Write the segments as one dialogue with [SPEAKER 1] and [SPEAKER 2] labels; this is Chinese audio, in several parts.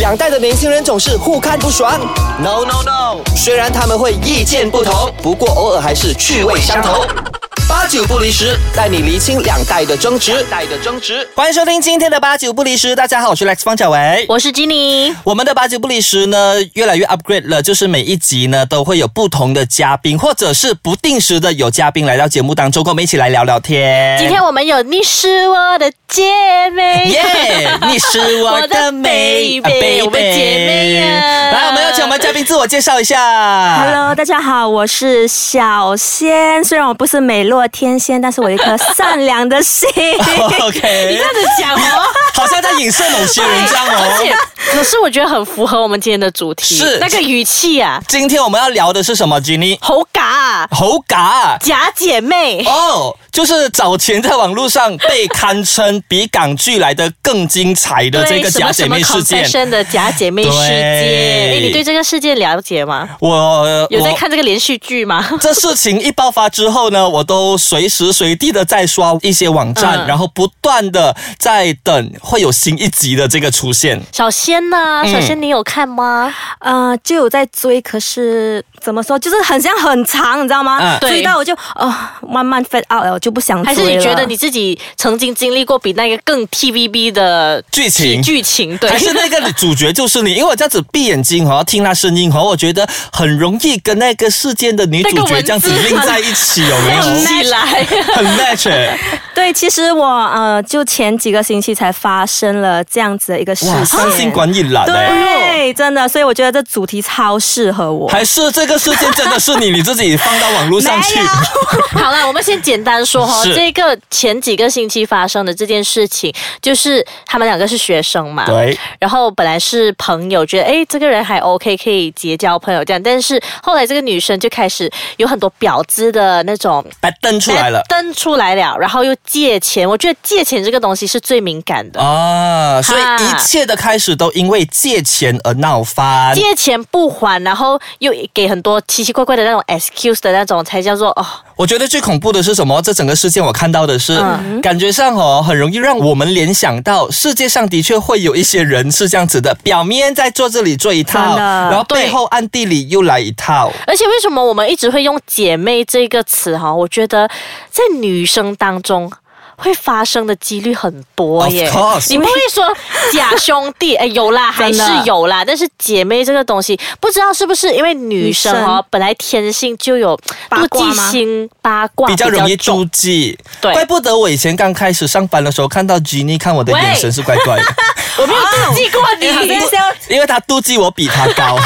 [SPEAKER 1] 两代的年轻人总是互看不爽。
[SPEAKER 2] No no no，
[SPEAKER 1] 虽然他们会意见不同，不过偶尔还是趣味相投。八九不离十，带你厘清两代的争执。
[SPEAKER 2] 代的争执。
[SPEAKER 1] 欢迎收听今天的八九不离十，大家好，我是 Lex 方小维。
[SPEAKER 3] 我是吉尼。
[SPEAKER 1] 我们的八九不离十呢，越来越 upgrade 了，就是每一集呢都会有不同的嘉宾，或者是不定时的有嘉宾来到节目当中，跟我们一起来聊聊天。
[SPEAKER 3] 今天我们有你是我的姐 妹，
[SPEAKER 1] 耶你是我
[SPEAKER 3] 我的
[SPEAKER 1] 的美
[SPEAKER 3] baby，我们姐妹呀
[SPEAKER 1] 来，我们有请我们嘉宾自我介绍一下。
[SPEAKER 4] Hello，大家好，我是小仙。虽然我不是美若天仙，但是我有一颗善良 的心。
[SPEAKER 3] 你
[SPEAKER 1] OK，
[SPEAKER 3] 这样子讲哦，
[SPEAKER 1] 好像在影射某些人这样
[SPEAKER 3] 而且
[SPEAKER 1] 哦。
[SPEAKER 3] 可是我觉得很符合我们今天的主题，
[SPEAKER 1] 是
[SPEAKER 3] 那个语气啊，
[SPEAKER 1] 今天我们要聊的是什么，Jenny？
[SPEAKER 3] 好嘎啊，
[SPEAKER 1] 猴嘎啊。
[SPEAKER 3] 假姐妹。
[SPEAKER 1] 哦，就是早前在网络上被堪称比港剧来的更精彩的这
[SPEAKER 3] 对
[SPEAKER 1] 个
[SPEAKER 3] 什
[SPEAKER 1] 假
[SPEAKER 3] 么
[SPEAKER 1] 姐
[SPEAKER 3] 什么
[SPEAKER 1] 妹事件，
[SPEAKER 3] confession 的假姐妹事件，
[SPEAKER 1] 对
[SPEAKER 3] 哎，你对这个事件了解吗？
[SPEAKER 1] 我
[SPEAKER 3] 有在
[SPEAKER 1] 我
[SPEAKER 3] 看这个连续剧吗？
[SPEAKER 1] 这事情一爆发之后呢，我都随时随地的在刷一些网站，
[SPEAKER 3] 嗯
[SPEAKER 1] 然后不断的在等会有新一集的这个出现。
[SPEAKER 3] 小仙呐，
[SPEAKER 1] 嗯
[SPEAKER 3] 小仙你有看吗？
[SPEAKER 4] 呃，就有在追，可是怎么说，就是很像很长，你知道吗？
[SPEAKER 1] 嗯
[SPEAKER 3] 对
[SPEAKER 4] 追到我就呃慢慢 fade out 了，我就不想追
[SPEAKER 3] 还
[SPEAKER 4] 了。
[SPEAKER 3] 是你觉得你自己曾经经历过比那个更 TVB 的
[SPEAKER 1] 剧情
[SPEAKER 3] 剧情？对
[SPEAKER 1] 还， 是那个主角就是你，因为我这样子闭眼睛哈、哦，听他声音哈、哦，我觉得很容易跟那个事件的女主角这样子
[SPEAKER 3] 那个文字
[SPEAKER 1] 拎在一起，有 没有？
[SPEAKER 3] 想起来。
[SPEAKER 1] 很 match，欸
[SPEAKER 4] 对？其实我呃，就前几个星期才发生了这样子的一个事
[SPEAKER 1] 哇，
[SPEAKER 4] 情。
[SPEAKER 1] 三星管一欸揽嘞。
[SPEAKER 4] 对，真的，所以我觉得这主题超适合我。
[SPEAKER 1] 还是这个事件真的是你你自己放到网络上去
[SPEAKER 4] 没有
[SPEAKER 3] 好了，我们先简单说哈、哦，
[SPEAKER 1] 是
[SPEAKER 3] 这个前几个星期发生的这件事情，就是他们两个是学生嘛，
[SPEAKER 1] 对，
[SPEAKER 3] 然后本来是朋友，觉得诶这个人还 OK，可以结交朋友这样，但是后来这个女生就开始有很多婊子的那种。哎
[SPEAKER 1] 白登出来了
[SPEAKER 3] 登出来了，然后又借钱，我觉得借钱这个东西是最敏感的。
[SPEAKER 1] 啊！所以
[SPEAKER 3] 哈
[SPEAKER 1] 一切的开始都因为借钱而闹翻。
[SPEAKER 3] 借钱不还，然后又给很多奇奇怪怪的那种 excuse 的那种，才叫做哦，
[SPEAKER 1] 我觉得最恐怖的是什么？这整个事件我看到的是，
[SPEAKER 3] 嗯
[SPEAKER 1] 感觉上哦，很容易让我们联想到世界上的确会有一些人是这样子的，表面在做这里做一套，
[SPEAKER 4] 真的
[SPEAKER 1] 然后背后暗地里又来一套。
[SPEAKER 3] 而且为什么我们一直会用“姐妹”这个词哈？我觉得在女生当中。会发生的几率很多
[SPEAKER 1] Of
[SPEAKER 3] 耶
[SPEAKER 1] course
[SPEAKER 3] 你不会说假兄 弟，哎，有啦，还
[SPEAKER 4] 真
[SPEAKER 3] 是
[SPEAKER 4] 的
[SPEAKER 3] 有啦。但是姐妹这个东西，不知道是不是因为女生
[SPEAKER 4] 女
[SPEAKER 3] 哦
[SPEAKER 4] 生，
[SPEAKER 3] 本来天性就有妒
[SPEAKER 4] 八卦
[SPEAKER 3] 忌
[SPEAKER 4] 吗
[SPEAKER 3] 心、八卦
[SPEAKER 1] 比较容易
[SPEAKER 3] 重
[SPEAKER 1] 妒忌，
[SPEAKER 3] 对
[SPEAKER 1] 怪不得我以前刚开始上班的时候，看到 Jenny 看我的眼神是怪怪 的，
[SPEAKER 3] 我没有妒忌过你，
[SPEAKER 1] 啊
[SPEAKER 4] 好这样
[SPEAKER 1] 因为她妒忌我比她高。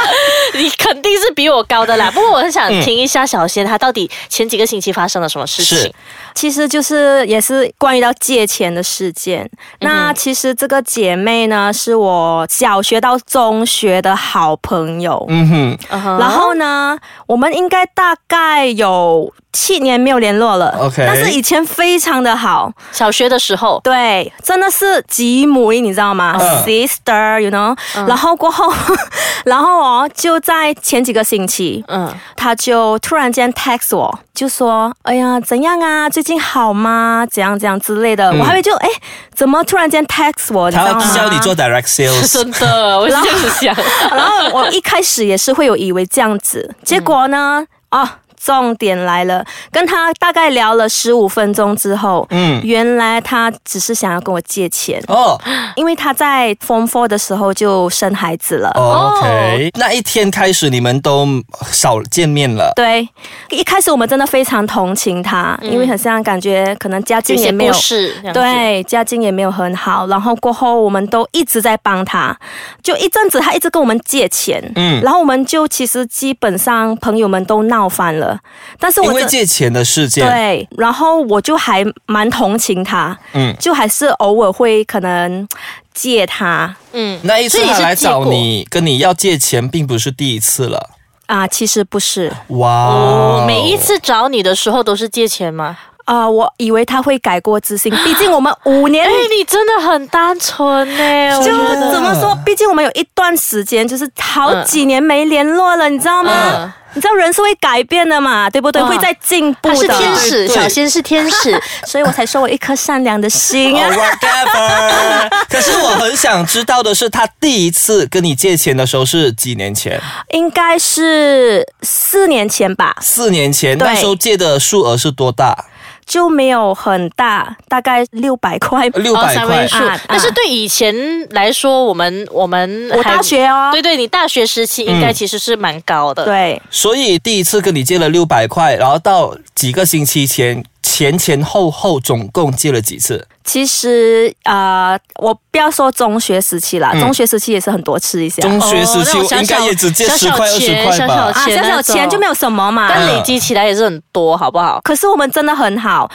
[SPEAKER 3] 你肯定是比我高的啦。不过我很想听一下小仙，她到底前几个星期发生了什么事
[SPEAKER 1] 是
[SPEAKER 3] 情？
[SPEAKER 4] 其实就是也是关于到借钱的事件。那其实这个姐妹呢，是我小学到中学的好朋友。
[SPEAKER 1] 嗯哼，
[SPEAKER 3] 嗯哼
[SPEAKER 4] 然后呢，我们应该大概有七年没有联络了。
[SPEAKER 1] OK
[SPEAKER 4] 但是以前非常的好，
[SPEAKER 3] 小学的时候，
[SPEAKER 4] 对，真的是吉母，你知道吗、
[SPEAKER 1] 嗯
[SPEAKER 4] s i s t e r y o u know、然后过后， 然后哦，就在前几个星期，
[SPEAKER 3] 嗯，
[SPEAKER 4] 他就突然间 text 我，就说：“哎呀，怎样啊？最近好吗？怎样怎样之类的。我还以为就哎，怎么突然间 text 我？你知
[SPEAKER 1] 她
[SPEAKER 4] 道
[SPEAKER 1] 嗯
[SPEAKER 3] 啊
[SPEAKER 1] 要
[SPEAKER 4] 吗？
[SPEAKER 1] 教你做 direct sales，
[SPEAKER 3] 真的，我是这样子想。
[SPEAKER 4] 然后我一开始也是会有以为这样
[SPEAKER 1] 嗯
[SPEAKER 4] 子，结果呢，哦，重点来了，跟他大概聊了十五分钟之后，
[SPEAKER 1] 嗯
[SPEAKER 4] 原来他只是想要跟我借钱，
[SPEAKER 1] 哦。
[SPEAKER 4] 因为他在 form four 的时候就生孩子了。
[SPEAKER 1] 哦
[SPEAKER 3] 哦
[SPEAKER 1] OK，那一天开始你们都少见面了。
[SPEAKER 4] 对，一开始我们真的非常同情他，
[SPEAKER 1] 嗯
[SPEAKER 4] 因为很像感觉可能家境也没有
[SPEAKER 3] 故事，这样子，
[SPEAKER 4] 对，家境也没有很好，然后过后我们都一直在帮他，就一阵子他一直跟我们借钱，
[SPEAKER 1] 嗯
[SPEAKER 4] 嗯，然后我们就其实基本上朋友们都闹翻了，但是
[SPEAKER 1] 因
[SPEAKER 4] 我
[SPEAKER 1] 为
[SPEAKER 4] 这
[SPEAKER 1] 借钱的事件，
[SPEAKER 4] 对，然后我就还蛮同情他，
[SPEAKER 1] 嗯，
[SPEAKER 4] 就还是偶尔会可能借他
[SPEAKER 3] 嗯，
[SPEAKER 1] 那一次
[SPEAKER 3] 所以
[SPEAKER 1] 他
[SPEAKER 3] 是
[SPEAKER 1] 来
[SPEAKER 3] 借
[SPEAKER 1] 找
[SPEAKER 3] 过
[SPEAKER 1] 你，跟你要借钱，并不是第一次了。
[SPEAKER 4] 啊、其实不是，
[SPEAKER 1] 哇哦
[SPEAKER 3] 哦，每一次找你的时候都是借钱吗？
[SPEAKER 4] 啊、我以为他会改过自新，毕竟我们五年
[SPEAKER 3] 哎，你真的很单纯呢，我
[SPEAKER 4] 就
[SPEAKER 3] 觉得
[SPEAKER 4] 怎么说？毕竟我们有一段时间就是好几年没联络了，你知道吗？
[SPEAKER 3] 嗯
[SPEAKER 4] 你知道人是会改变的嘛，对不对？
[SPEAKER 3] 哇
[SPEAKER 4] 会在进步
[SPEAKER 3] 他是
[SPEAKER 4] 的，
[SPEAKER 3] 天使，
[SPEAKER 1] 对对
[SPEAKER 3] 小仙是天使，
[SPEAKER 4] 所以我才说我一颗善良的心
[SPEAKER 1] 哦
[SPEAKER 4] 啊。
[SPEAKER 1] whatever。可是我很想知道的是，他第一次跟你借钱的时候是几年前？
[SPEAKER 4] 应该是四年前吧，
[SPEAKER 1] 四年前，
[SPEAKER 4] 对
[SPEAKER 1] 那时候借的数额是多大？
[SPEAKER 4] 就没有很大，大概六百块。
[SPEAKER 1] 六
[SPEAKER 3] 哦
[SPEAKER 1] 百
[SPEAKER 3] 三
[SPEAKER 1] 块
[SPEAKER 3] 位。数
[SPEAKER 4] 啊啊。
[SPEAKER 3] 但是对以前来说，我们我们
[SPEAKER 4] 我
[SPEAKER 3] 还
[SPEAKER 4] 大学哦，
[SPEAKER 3] 对对，你大学时期应该其实是蛮高的。
[SPEAKER 4] 对
[SPEAKER 1] 所以第一次跟你借了六百块，然后到几个星期前，前前后后总共借了几次？
[SPEAKER 4] 其实呃，我不要说中学时期啦，
[SPEAKER 1] 嗯
[SPEAKER 4] 中学时期也是很多次一下。
[SPEAKER 1] 中学时
[SPEAKER 3] 哦那
[SPEAKER 1] 期
[SPEAKER 3] 种
[SPEAKER 1] 我
[SPEAKER 3] 小
[SPEAKER 1] 应该
[SPEAKER 3] 小
[SPEAKER 1] 也只借
[SPEAKER 3] 小
[SPEAKER 1] 十
[SPEAKER 3] 小
[SPEAKER 1] 块二十
[SPEAKER 3] 钱
[SPEAKER 1] 块
[SPEAKER 3] 小
[SPEAKER 1] 吧
[SPEAKER 3] 小。
[SPEAKER 4] 啊，
[SPEAKER 3] 钱
[SPEAKER 4] 小小
[SPEAKER 3] 那种
[SPEAKER 4] 钱就没有什么嘛。
[SPEAKER 3] 但累积起来也是很多，好不好？
[SPEAKER 4] 可是我们真的很好，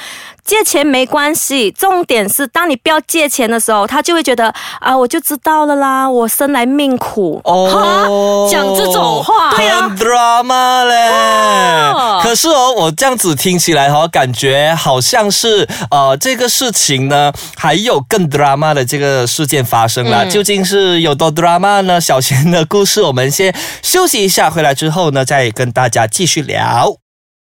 [SPEAKER 4] 借钱没关系，重点是当你不要借钱的时候，他就会觉得啊，我就知道了啦，我生来命苦。
[SPEAKER 1] 哦
[SPEAKER 3] 哈讲这种话对啊
[SPEAKER 1] 很 drama 嘞。
[SPEAKER 3] 哦
[SPEAKER 1] 可是哦，我这样子听起来哦，感觉好像是呃，这个事情呢，还有更 drama 的这个事件发生嗯了。究竟是有多 drama 呢？小贤的故事，我们先休息一下，回来之后呢，再跟大家继续聊。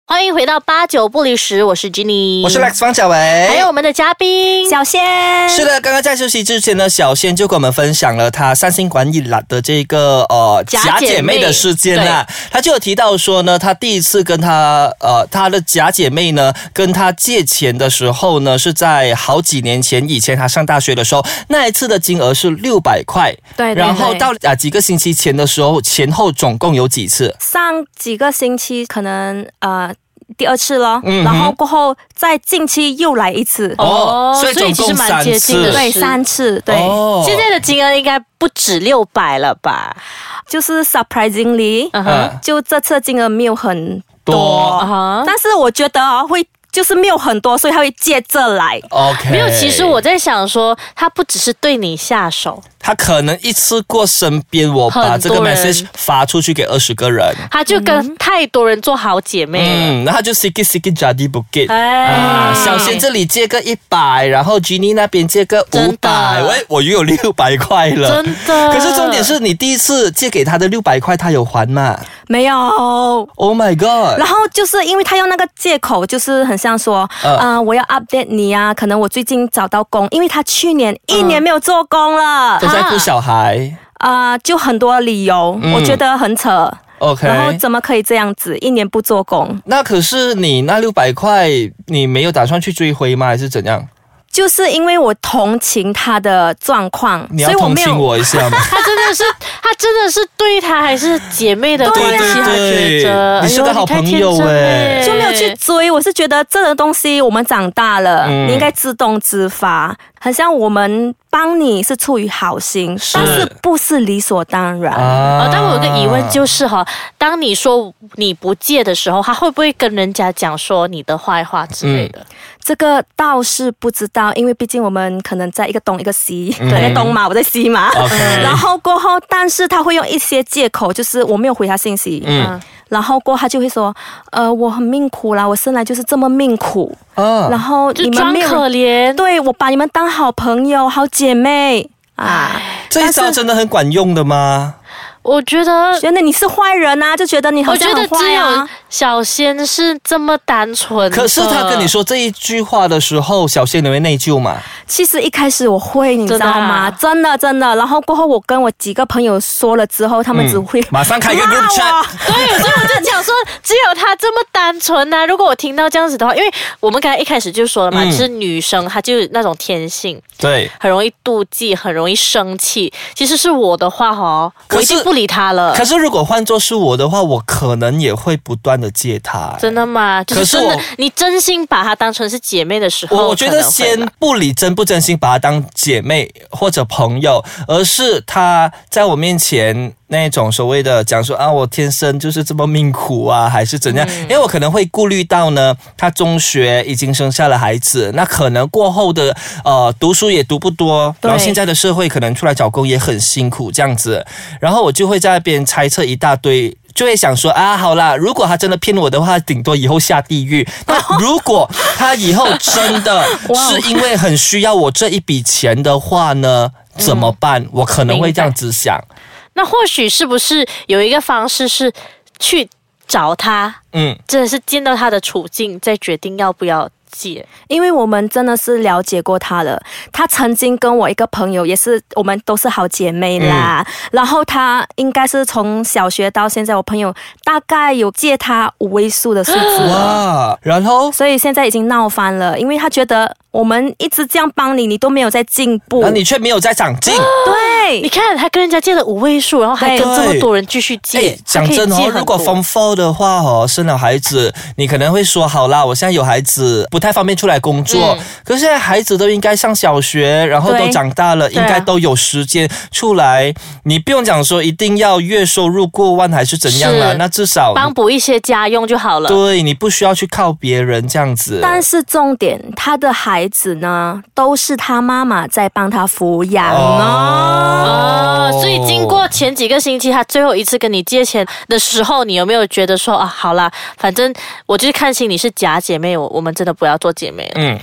[SPEAKER 3] 欢迎回到八九不离十，我是 Jenny，
[SPEAKER 1] 我是 Lex 方小维，
[SPEAKER 3] 还有我们的嘉宾
[SPEAKER 4] 小仙，
[SPEAKER 1] 是的，刚刚在休息之前呢，小仙就跟我们分享了她三星管理啦的这个呃
[SPEAKER 3] 假姐妹
[SPEAKER 1] 的事件啦。她就有提到说呢，她第一次跟她呃她的假姐妹呢跟她借钱的时候呢，是在好几年前，以前她上大学的时候，那一次的金额是六百块。
[SPEAKER 4] 对对
[SPEAKER 1] 然后
[SPEAKER 4] 对
[SPEAKER 1] 到啊几个星期前的时候，前后总共有几次？
[SPEAKER 4] 上几个星期可能呃第二次咯，
[SPEAKER 1] 嗯哼
[SPEAKER 4] 然后过后再近期又来一次，
[SPEAKER 1] 哦所以
[SPEAKER 3] 所以其
[SPEAKER 1] 总
[SPEAKER 3] 实
[SPEAKER 1] 共
[SPEAKER 3] 蛮接近
[SPEAKER 1] 是三
[SPEAKER 3] 的，
[SPEAKER 4] 对，三次，对，
[SPEAKER 1] 哦
[SPEAKER 3] 现在的金额应该不止六百了吧？
[SPEAKER 4] 就是 surprisingly，、
[SPEAKER 3] 嗯
[SPEAKER 1] 嗯
[SPEAKER 3] 哼，
[SPEAKER 4] 就这次金额没有很多，
[SPEAKER 1] 多
[SPEAKER 3] 啊哈。
[SPEAKER 4] 但是我觉得啊、会就是没有很多，所以他会借这来。
[SPEAKER 1] OK，
[SPEAKER 3] 没有，其实我在想说，他不只是对你下手，
[SPEAKER 1] 他可能一次过身边，我把这个
[SPEAKER 3] 很多人
[SPEAKER 1] message 发出去给二十个人。
[SPEAKER 3] 他就
[SPEAKER 4] 嗯
[SPEAKER 3] 跟太多人做好姐妹。
[SPEAKER 1] 嗯，然后就 siki siki jadi bukit。啊
[SPEAKER 3] 哎，
[SPEAKER 1] 小仙这里借个一百，然后 Jenny 那边借个五
[SPEAKER 3] 真
[SPEAKER 1] 百，
[SPEAKER 3] 的
[SPEAKER 1] 喂，我又有六百块嗯了
[SPEAKER 3] 真。的。
[SPEAKER 1] 可是重点，是你第一次借给他的六百块，他有还吗
[SPEAKER 4] 没有。
[SPEAKER 1] ？Oh my god！
[SPEAKER 4] 然后就是因为他用那个借口，就是很像说，
[SPEAKER 1] 嗯
[SPEAKER 4] 啊、我要 update 你啊，可能我最近找到工，因为他去年一年没有做工了，
[SPEAKER 1] 都在顾小孩。
[SPEAKER 4] 啊、就很多理由，
[SPEAKER 1] 嗯
[SPEAKER 4] 我觉得很扯。
[SPEAKER 3] 啊
[SPEAKER 1] OK，
[SPEAKER 4] 然后怎么可以这样子，一年不做工？
[SPEAKER 1] 那可是你那六百块，你没有打算去追回吗？还是怎样？
[SPEAKER 4] 就是因为我同情他的状况，
[SPEAKER 1] 你要
[SPEAKER 4] 所以我
[SPEAKER 1] 同
[SPEAKER 4] 没有
[SPEAKER 1] 情我一下 吗？
[SPEAKER 3] 他真的是，他真的是对他还是姐妹的关系，
[SPEAKER 1] 对
[SPEAKER 3] 他
[SPEAKER 1] 对
[SPEAKER 3] 觉得
[SPEAKER 1] 你是个好朋友
[SPEAKER 3] 欸
[SPEAKER 1] 哎
[SPEAKER 4] 就没有去追。我是觉得这种东西我们长大了，
[SPEAKER 1] 嗯
[SPEAKER 4] 你应该自动自发。很像我们帮你是出于好心，
[SPEAKER 1] 是
[SPEAKER 4] 但是不是理所当然？
[SPEAKER 1] 啊
[SPEAKER 3] 啊，但我有个疑问就是哈，当你说你不借的时候，他会不会跟人家讲说你的坏话之类的？
[SPEAKER 4] 这个倒是不知道，因为毕竟我们可能在一个东一个西，
[SPEAKER 1] 嗯
[SPEAKER 4] 你在东嘛，我在西嘛。
[SPEAKER 1] 啊 OK
[SPEAKER 4] 然后过后，但是他会用一些借口，就是我没有回他信息。
[SPEAKER 1] 嗯
[SPEAKER 3] 啊
[SPEAKER 4] 然后过后他就会说，呃，我很命苦啦，我生来就是这么命苦。然
[SPEAKER 1] 啊，
[SPEAKER 4] 后你
[SPEAKER 3] 就
[SPEAKER 4] 们
[SPEAKER 3] 装
[SPEAKER 4] 没有
[SPEAKER 3] 可怜，
[SPEAKER 4] 对我把你们当好朋友、好姐妹啊，
[SPEAKER 1] 这一招真的很管用的吗？
[SPEAKER 3] 我觉得。
[SPEAKER 4] 觉得你是坏人啊，就觉得你好
[SPEAKER 3] 我觉
[SPEAKER 4] 像
[SPEAKER 3] 得
[SPEAKER 4] 很
[SPEAKER 3] 只
[SPEAKER 4] 坏
[SPEAKER 3] 有
[SPEAKER 4] 啊。
[SPEAKER 3] 小仙是这么单纯的。
[SPEAKER 1] 可是他跟你说这一句话的时候，小仙你会内疚吗？
[SPEAKER 4] 其实一开始我会，你知
[SPEAKER 3] 真的
[SPEAKER 4] 道
[SPEAKER 3] 啊
[SPEAKER 4] 吗？真的真的。然后过后我跟我几个朋友说了之后，他们只会、
[SPEAKER 1] 马上嗯开一个 group
[SPEAKER 4] 骂
[SPEAKER 1] chat。
[SPEAKER 4] 我。
[SPEAKER 3] 对， 所以我就讲说，只有他这么单纯呐、如果我听到这样子的话，因为我们刚才一开始就说了嘛，
[SPEAKER 1] 嗯
[SPEAKER 3] 就是女生她就是那种天性，
[SPEAKER 1] 对，
[SPEAKER 3] 很容易妒忌，很容易生气。其实是我的话哦，
[SPEAKER 1] 可
[SPEAKER 3] 我
[SPEAKER 1] 是
[SPEAKER 3] 一定不理他
[SPEAKER 4] 呃
[SPEAKER 3] 了
[SPEAKER 1] 可。是如果换做是我的话，我可能也会不断的借他。
[SPEAKER 3] 真的吗？就
[SPEAKER 1] 可
[SPEAKER 3] 是
[SPEAKER 1] 是
[SPEAKER 3] 真的
[SPEAKER 1] 我，
[SPEAKER 3] 你真心把她当成是姐妹的时候，
[SPEAKER 1] 我我觉
[SPEAKER 3] 可
[SPEAKER 1] 得
[SPEAKER 3] 能会
[SPEAKER 1] 先
[SPEAKER 3] 吧
[SPEAKER 1] 不理真不真心，把她当姐妹或者朋友，而是她在我面前那种所谓的讲说啊，我天生就是这么命苦啊，还是怎样？
[SPEAKER 3] 嗯
[SPEAKER 1] 因为我可能会顾虑到呢，她中学已经生下了孩子，那可能过后的呃读书也读不多，
[SPEAKER 4] 对
[SPEAKER 1] 然后现在的社会可能出来找工也很辛苦这样子，然后我就会在那边猜测一大堆。就会想说啊，好啦，如果他真的骗我的话，顶多以后下地狱。那如果他以后真的是因为很需要我这一笔钱的话呢，怎么办？我可能会这样子想。
[SPEAKER 3] 那或许是不是有一个方式是去找他，
[SPEAKER 1] 嗯
[SPEAKER 3] 真的是见到他的处境，再决定要不要借。
[SPEAKER 4] 因为我们真的是了解过她了。她曾经跟我一个朋友，也是我们都是好姐妹啦。
[SPEAKER 1] 嗯
[SPEAKER 4] 然后她应该是从小学到现在，我朋友大概有借她五位数的数字了。
[SPEAKER 1] 哇，然后
[SPEAKER 4] 所以现在已经闹翻了，因为她觉得我们一直这样帮你，你都没有在进步。
[SPEAKER 1] 那你却没有在长进。
[SPEAKER 3] 你
[SPEAKER 4] 对，
[SPEAKER 3] 看他跟人家借了五位数，然后还
[SPEAKER 4] 对
[SPEAKER 3] 跟这么多人继续借
[SPEAKER 1] 哎，，讲
[SPEAKER 3] 他可以
[SPEAKER 1] 真
[SPEAKER 3] 借
[SPEAKER 1] 哦，
[SPEAKER 3] 很
[SPEAKER 1] 如果
[SPEAKER 3] 多
[SPEAKER 1] form four 的话哦，生了孩子，你可能会说好啦，我现在有孩子，不太方便出来工作。
[SPEAKER 3] 嗯
[SPEAKER 1] 可是现在孩子都应该上小学，然后
[SPEAKER 4] 对
[SPEAKER 1] 都长大了，应
[SPEAKER 3] 对
[SPEAKER 1] 该
[SPEAKER 3] 啊
[SPEAKER 1] 都有时间出来。你不用讲说一定要月收入过万还是怎样了，
[SPEAKER 3] 是
[SPEAKER 1] 那至少
[SPEAKER 3] 帮补一些家用就好了。
[SPEAKER 1] 对你不需要去靠别人这样子。
[SPEAKER 4] 但是重点，她的孩子呢，都是她妈妈在帮她抚养
[SPEAKER 1] 哦
[SPEAKER 3] 哦，所以经过前几个星期，他最后一次跟你借钱的时候，你有没有觉得说啊，好啦，反正我就是看清你是假姐妹，我我们真的不要做姐妹了。
[SPEAKER 1] 嗯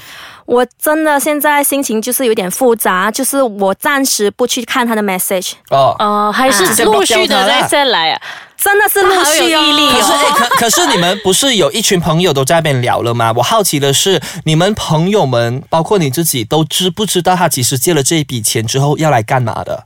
[SPEAKER 4] 我真的现在心情就是有点复杂，就是我暂时不去看他的 message，
[SPEAKER 1] 哦。
[SPEAKER 3] 哦、还
[SPEAKER 4] 啊
[SPEAKER 3] 是陆续的再再来啊，
[SPEAKER 4] 真的是陆续
[SPEAKER 3] 那好有毅力
[SPEAKER 1] 可是，
[SPEAKER 3] 哦
[SPEAKER 4] 哦。
[SPEAKER 1] 诶可可是你们不是有一群朋友都在那边聊了吗？我好奇的是，你们朋友们，包括你自己，都知不知道他其实借了这一笔钱之后要来干嘛的？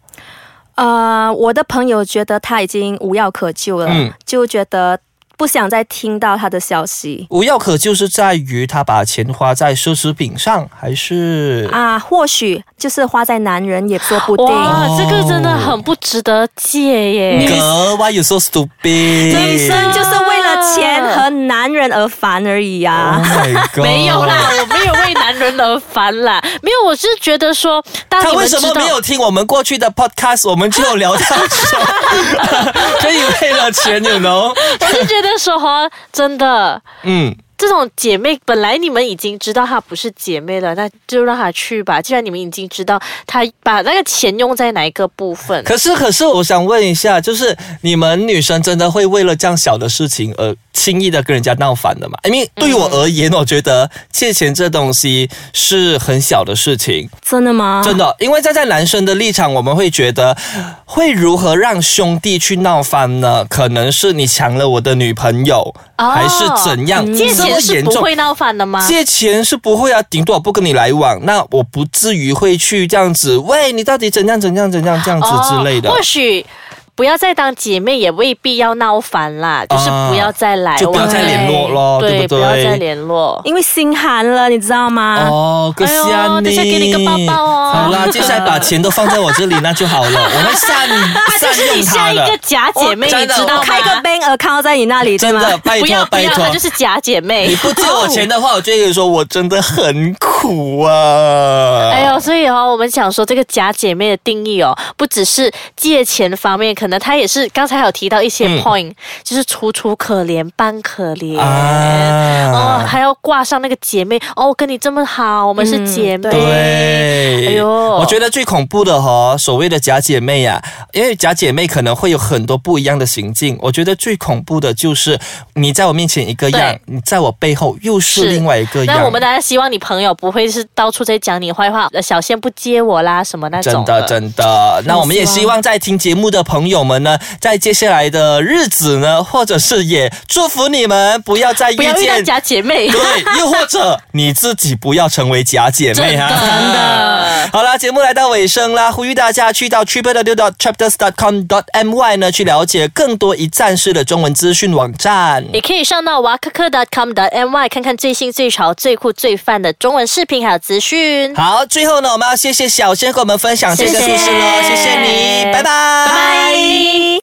[SPEAKER 4] 呃，我的朋友觉得他已经无药可救了，
[SPEAKER 1] 嗯
[SPEAKER 4] 就觉得不想再听到他的消息
[SPEAKER 1] 无药可救是在于他把钱花在奢侈品上，还是？
[SPEAKER 4] 啊，或许就是花在男人也说不定。
[SPEAKER 3] 哇，这个真的很不值得借耶。
[SPEAKER 1] 哥，Why you so stupid？
[SPEAKER 4] 女生就是为了钱和男人而烦而已啊。
[SPEAKER 1] Oh my god！
[SPEAKER 3] 没 有啦，我没有为男人而烦啦，没有，我是觉得说，当
[SPEAKER 1] 他
[SPEAKER 3] 你
[SPEAKER 1] 为
[SPEAKER 3] 们
[SPEAKER 1] 什
[SPEAKER 3] 知
[SPEAKER 1] 么
[SPEAKER 3] 道
[SPEAKER 1] 没有听我们过去的 podcast？我们就有聊到 说， 可以为了钱，you know？
[SPEAKER 3] 我是觉得说哈，真的，
[SPEAKER 1] 嗯，
[SPEAKER 3] 这种姐妹本来你们已经知道她不是姐妹了，那就让她去吧。既然你们已经知道她把那个钱用在哪一个部分，
[SPEAKER 1] 可是可是，我想问一下，就是你们女生真的会为了这样小的事情而轻易的跟人家闹翻的吗？因为
[SPEAKER 3] 嗯
[SPEAKER 1] 对于我而言，我觉得借钱这东西是很小的事情，
[SPEAKER 4] 真的
[SPEAKER 3] 啊
[SPEAKER 4] 吗？
[SPEAKER 1] 真的。因为站在男生的立场，我们会觉得会如何让兄弟去闹翻呢？可能是你抢了我的女朋友，
[SPEAKER 3] 哦嗯
[SPEAKER 1] 还是怎样？
[SPEAKER 3] 借
[SPEAKER 1] 这么
[SPEAKER 3] 钱是
[SPEAKER 1] 严
[SPEAKER 3] 不
[SPEAKER 1] 重
[SPEAKER 3] 会啊闹翻的吗？
[SPEAKER 1] 借钱是不会啊，顶多我不跟你来往，那我不至于会去这样子，喂，你到底怎样怎样怎样这样子之类的。
[SPEAKER 3] 哦或许。不要再当姐妹，也未必要闹翻啦，就是不要再来往，
[SPEAKER 1] 啊就不要再联络咯，对
[SPEAKER 3] 对，
[SPEAKER 1] 不
[SPEAKER 3] 不要再
[SPEAKER 1] 对？
[SPEAKER 3] 联络。
[SPEAKER 4] 因为心寒了，你知道吗？
[SPEAKER 1] 哦，可惜
[SPEAKER 3] 哎
[SPEAKER 1] 啊
[SPEAKER 3] 呦
[SPEAKER 1] 你。
[SPEAKER 3] 等下给你个抱抱哦
[SPEAKER 1] 好啦，接下来把钱都放在我这里，那就好了。 我会善善
[SPEAKER 3] 你
[SPEAKER 1] 用
[SPEAKER 3] 下
[SPEAKER 1] 它
[SPEAKER 3] 一个
[SPEAKER 1] 的。
[SPEAKER 3] 假姐
[SPEAKER 1] 我
[SPEAKER 3] 妹，你
[SPEAKER 1] 真的
[SPEAKER 3] 知道吗？
[SPEAKER 4] 开个 bank account 在你那里，对
[SPEAKER 1] 真
[SPEAKER 4] 吗？
[SPEAKER 1] 的，拜
[SPEAKER 3] 不要
[SPEAKER 1] 托
[SPEAKER 3] 不
[SPEAKER 1] 拜
[SPEAKER 3] 要，
[SPEAKER 1] 托
[SPEAKER 3] 她，就是假姐妹
[SPEAKER 1] 你。不借我钱的话，我就会说我真的很苦啊。
[SPEAKER 3] 哎呦，所以哦，我们想说这个假姐妹的定义哦，不只是借钱方面，可能她也是刚才有提到一些
[SPEAKER 1] 嗯
[SPEAKER 3] point，、就是楚楚可怜，扮可怜。哦，
[SPEAKER 1] 啊，
[SPEAKER 3] 还要挂上那个姐妹哦，我跟你这么好，我们是姐妹。
[SPEAKER 1] 对，
[SPEAKER 3] 哎呦
[SPEAKER 1] 我觉得最恐怖的哈、所谓的假姐妹呀、因为假姐妹可能会有很多不一样的行径。我觉得最恐怖的就是你在我面前一个样
[SPEAKER 3] 对，
[SPEAKER 1] 你在我背后又是
[SPEAKER 3] 是
[SPEAKER 1] 另外一个样。
[SPEAKER 3] 那我们大家希望你朋友不会是到处在讲你坏话，呃小仙不接我啦什么那种
[SPEAKER 1] 真的真的，那我们也希望在听节目的朋友们呢，在接下来的日子呢，或者是也祝福你们不要再遇
[SPEAKER 3] 不要遇到
[SPEAKER 1] 见。
[SPEAKER 3] 假姐妹。
[SPEAKER 1] 对，又或者你自己不要成为假姐妹啊！
[SPEAKER 3] 真的
[SPEAKER 1] 好啦，节目来到尾声啦，呼吁大家去到 triple w dot chapters dot com dot my 呢，去了解更多一站式的中文资讯网站。
[SPEAKER 3] 也可以上到娃科科 .com 的 my 看看最新最潮最酷最范的中文视频还有资讯。
[SPEAKER 1] 好，最后呢，我们要谢谢小仙跟我们分享这个故事喽，谢
[SPEAKER 3] 谢谢
[SPEAKER 1] 谢你，拜拜。